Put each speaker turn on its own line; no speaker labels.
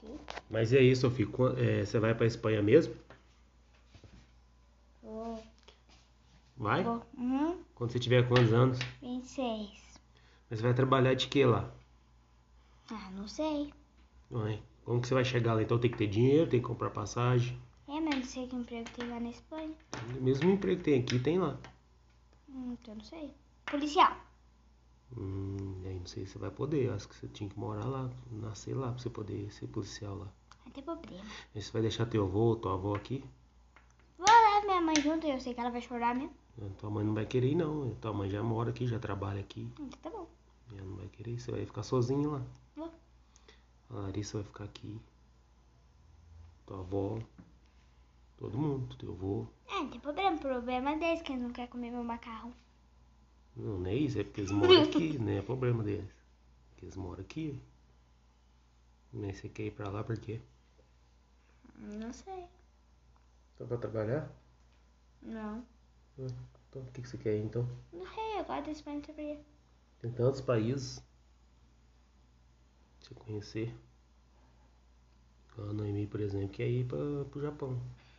aqui.
Mas e aí, Sofia? Quan- é, você vai pra Espanha mesmo?
Vou.
Vai?
vou. Uhum.
Quando você tiver quantos anos?
26.
Mas você vai trabalhar de quê lá?
Ah, não sei.
Ué, como que você vai chegar lá? Então tem que ter dinheiro, tem que comprar passagem.
É, mas não sei que emprego tem lá na Espanha.
O mesmo emprego que tem aqui, tem lá.
Hum, Então não sei. Policial.
Hum, aí não sei se você vai poder. Eu acho que você tinha que morar lá, nascer lá, pra você poder ser policial lá.
Não tem problema.
Aí você vai deixar teu avô, tua avó aqui?
Vou levar minha mãe junto, eu sei que ela vai chorar mesmo.
né? Tua mãe não vai querer ir, não. Tua mãe já mora aqui, já trabalha aqui.
Então tá bom.
Ela não vai querer ir, você vai ficar sozinho lá.
Vou.
A Larissa vai ficar aqui. Tua avó. Todo mundo, teu avô.
É, não tem problema. Problema é deles que eles não querem comer meu macarrão.
Não, não é isso, é porque eles moram aqui, né? É problema deles. Porque eles moram aqui. Mas você quer ir pra lá por quê?
Hum, Não sei.
Só pra trabalhar?
Não.
Então, o que, que você quer ir então?
Não sei, eu gosto da Espanha sabia.
Tem tantos países. Pra Você conhecer. A Noemi, por exemplo, quer ir pra, pro Japão.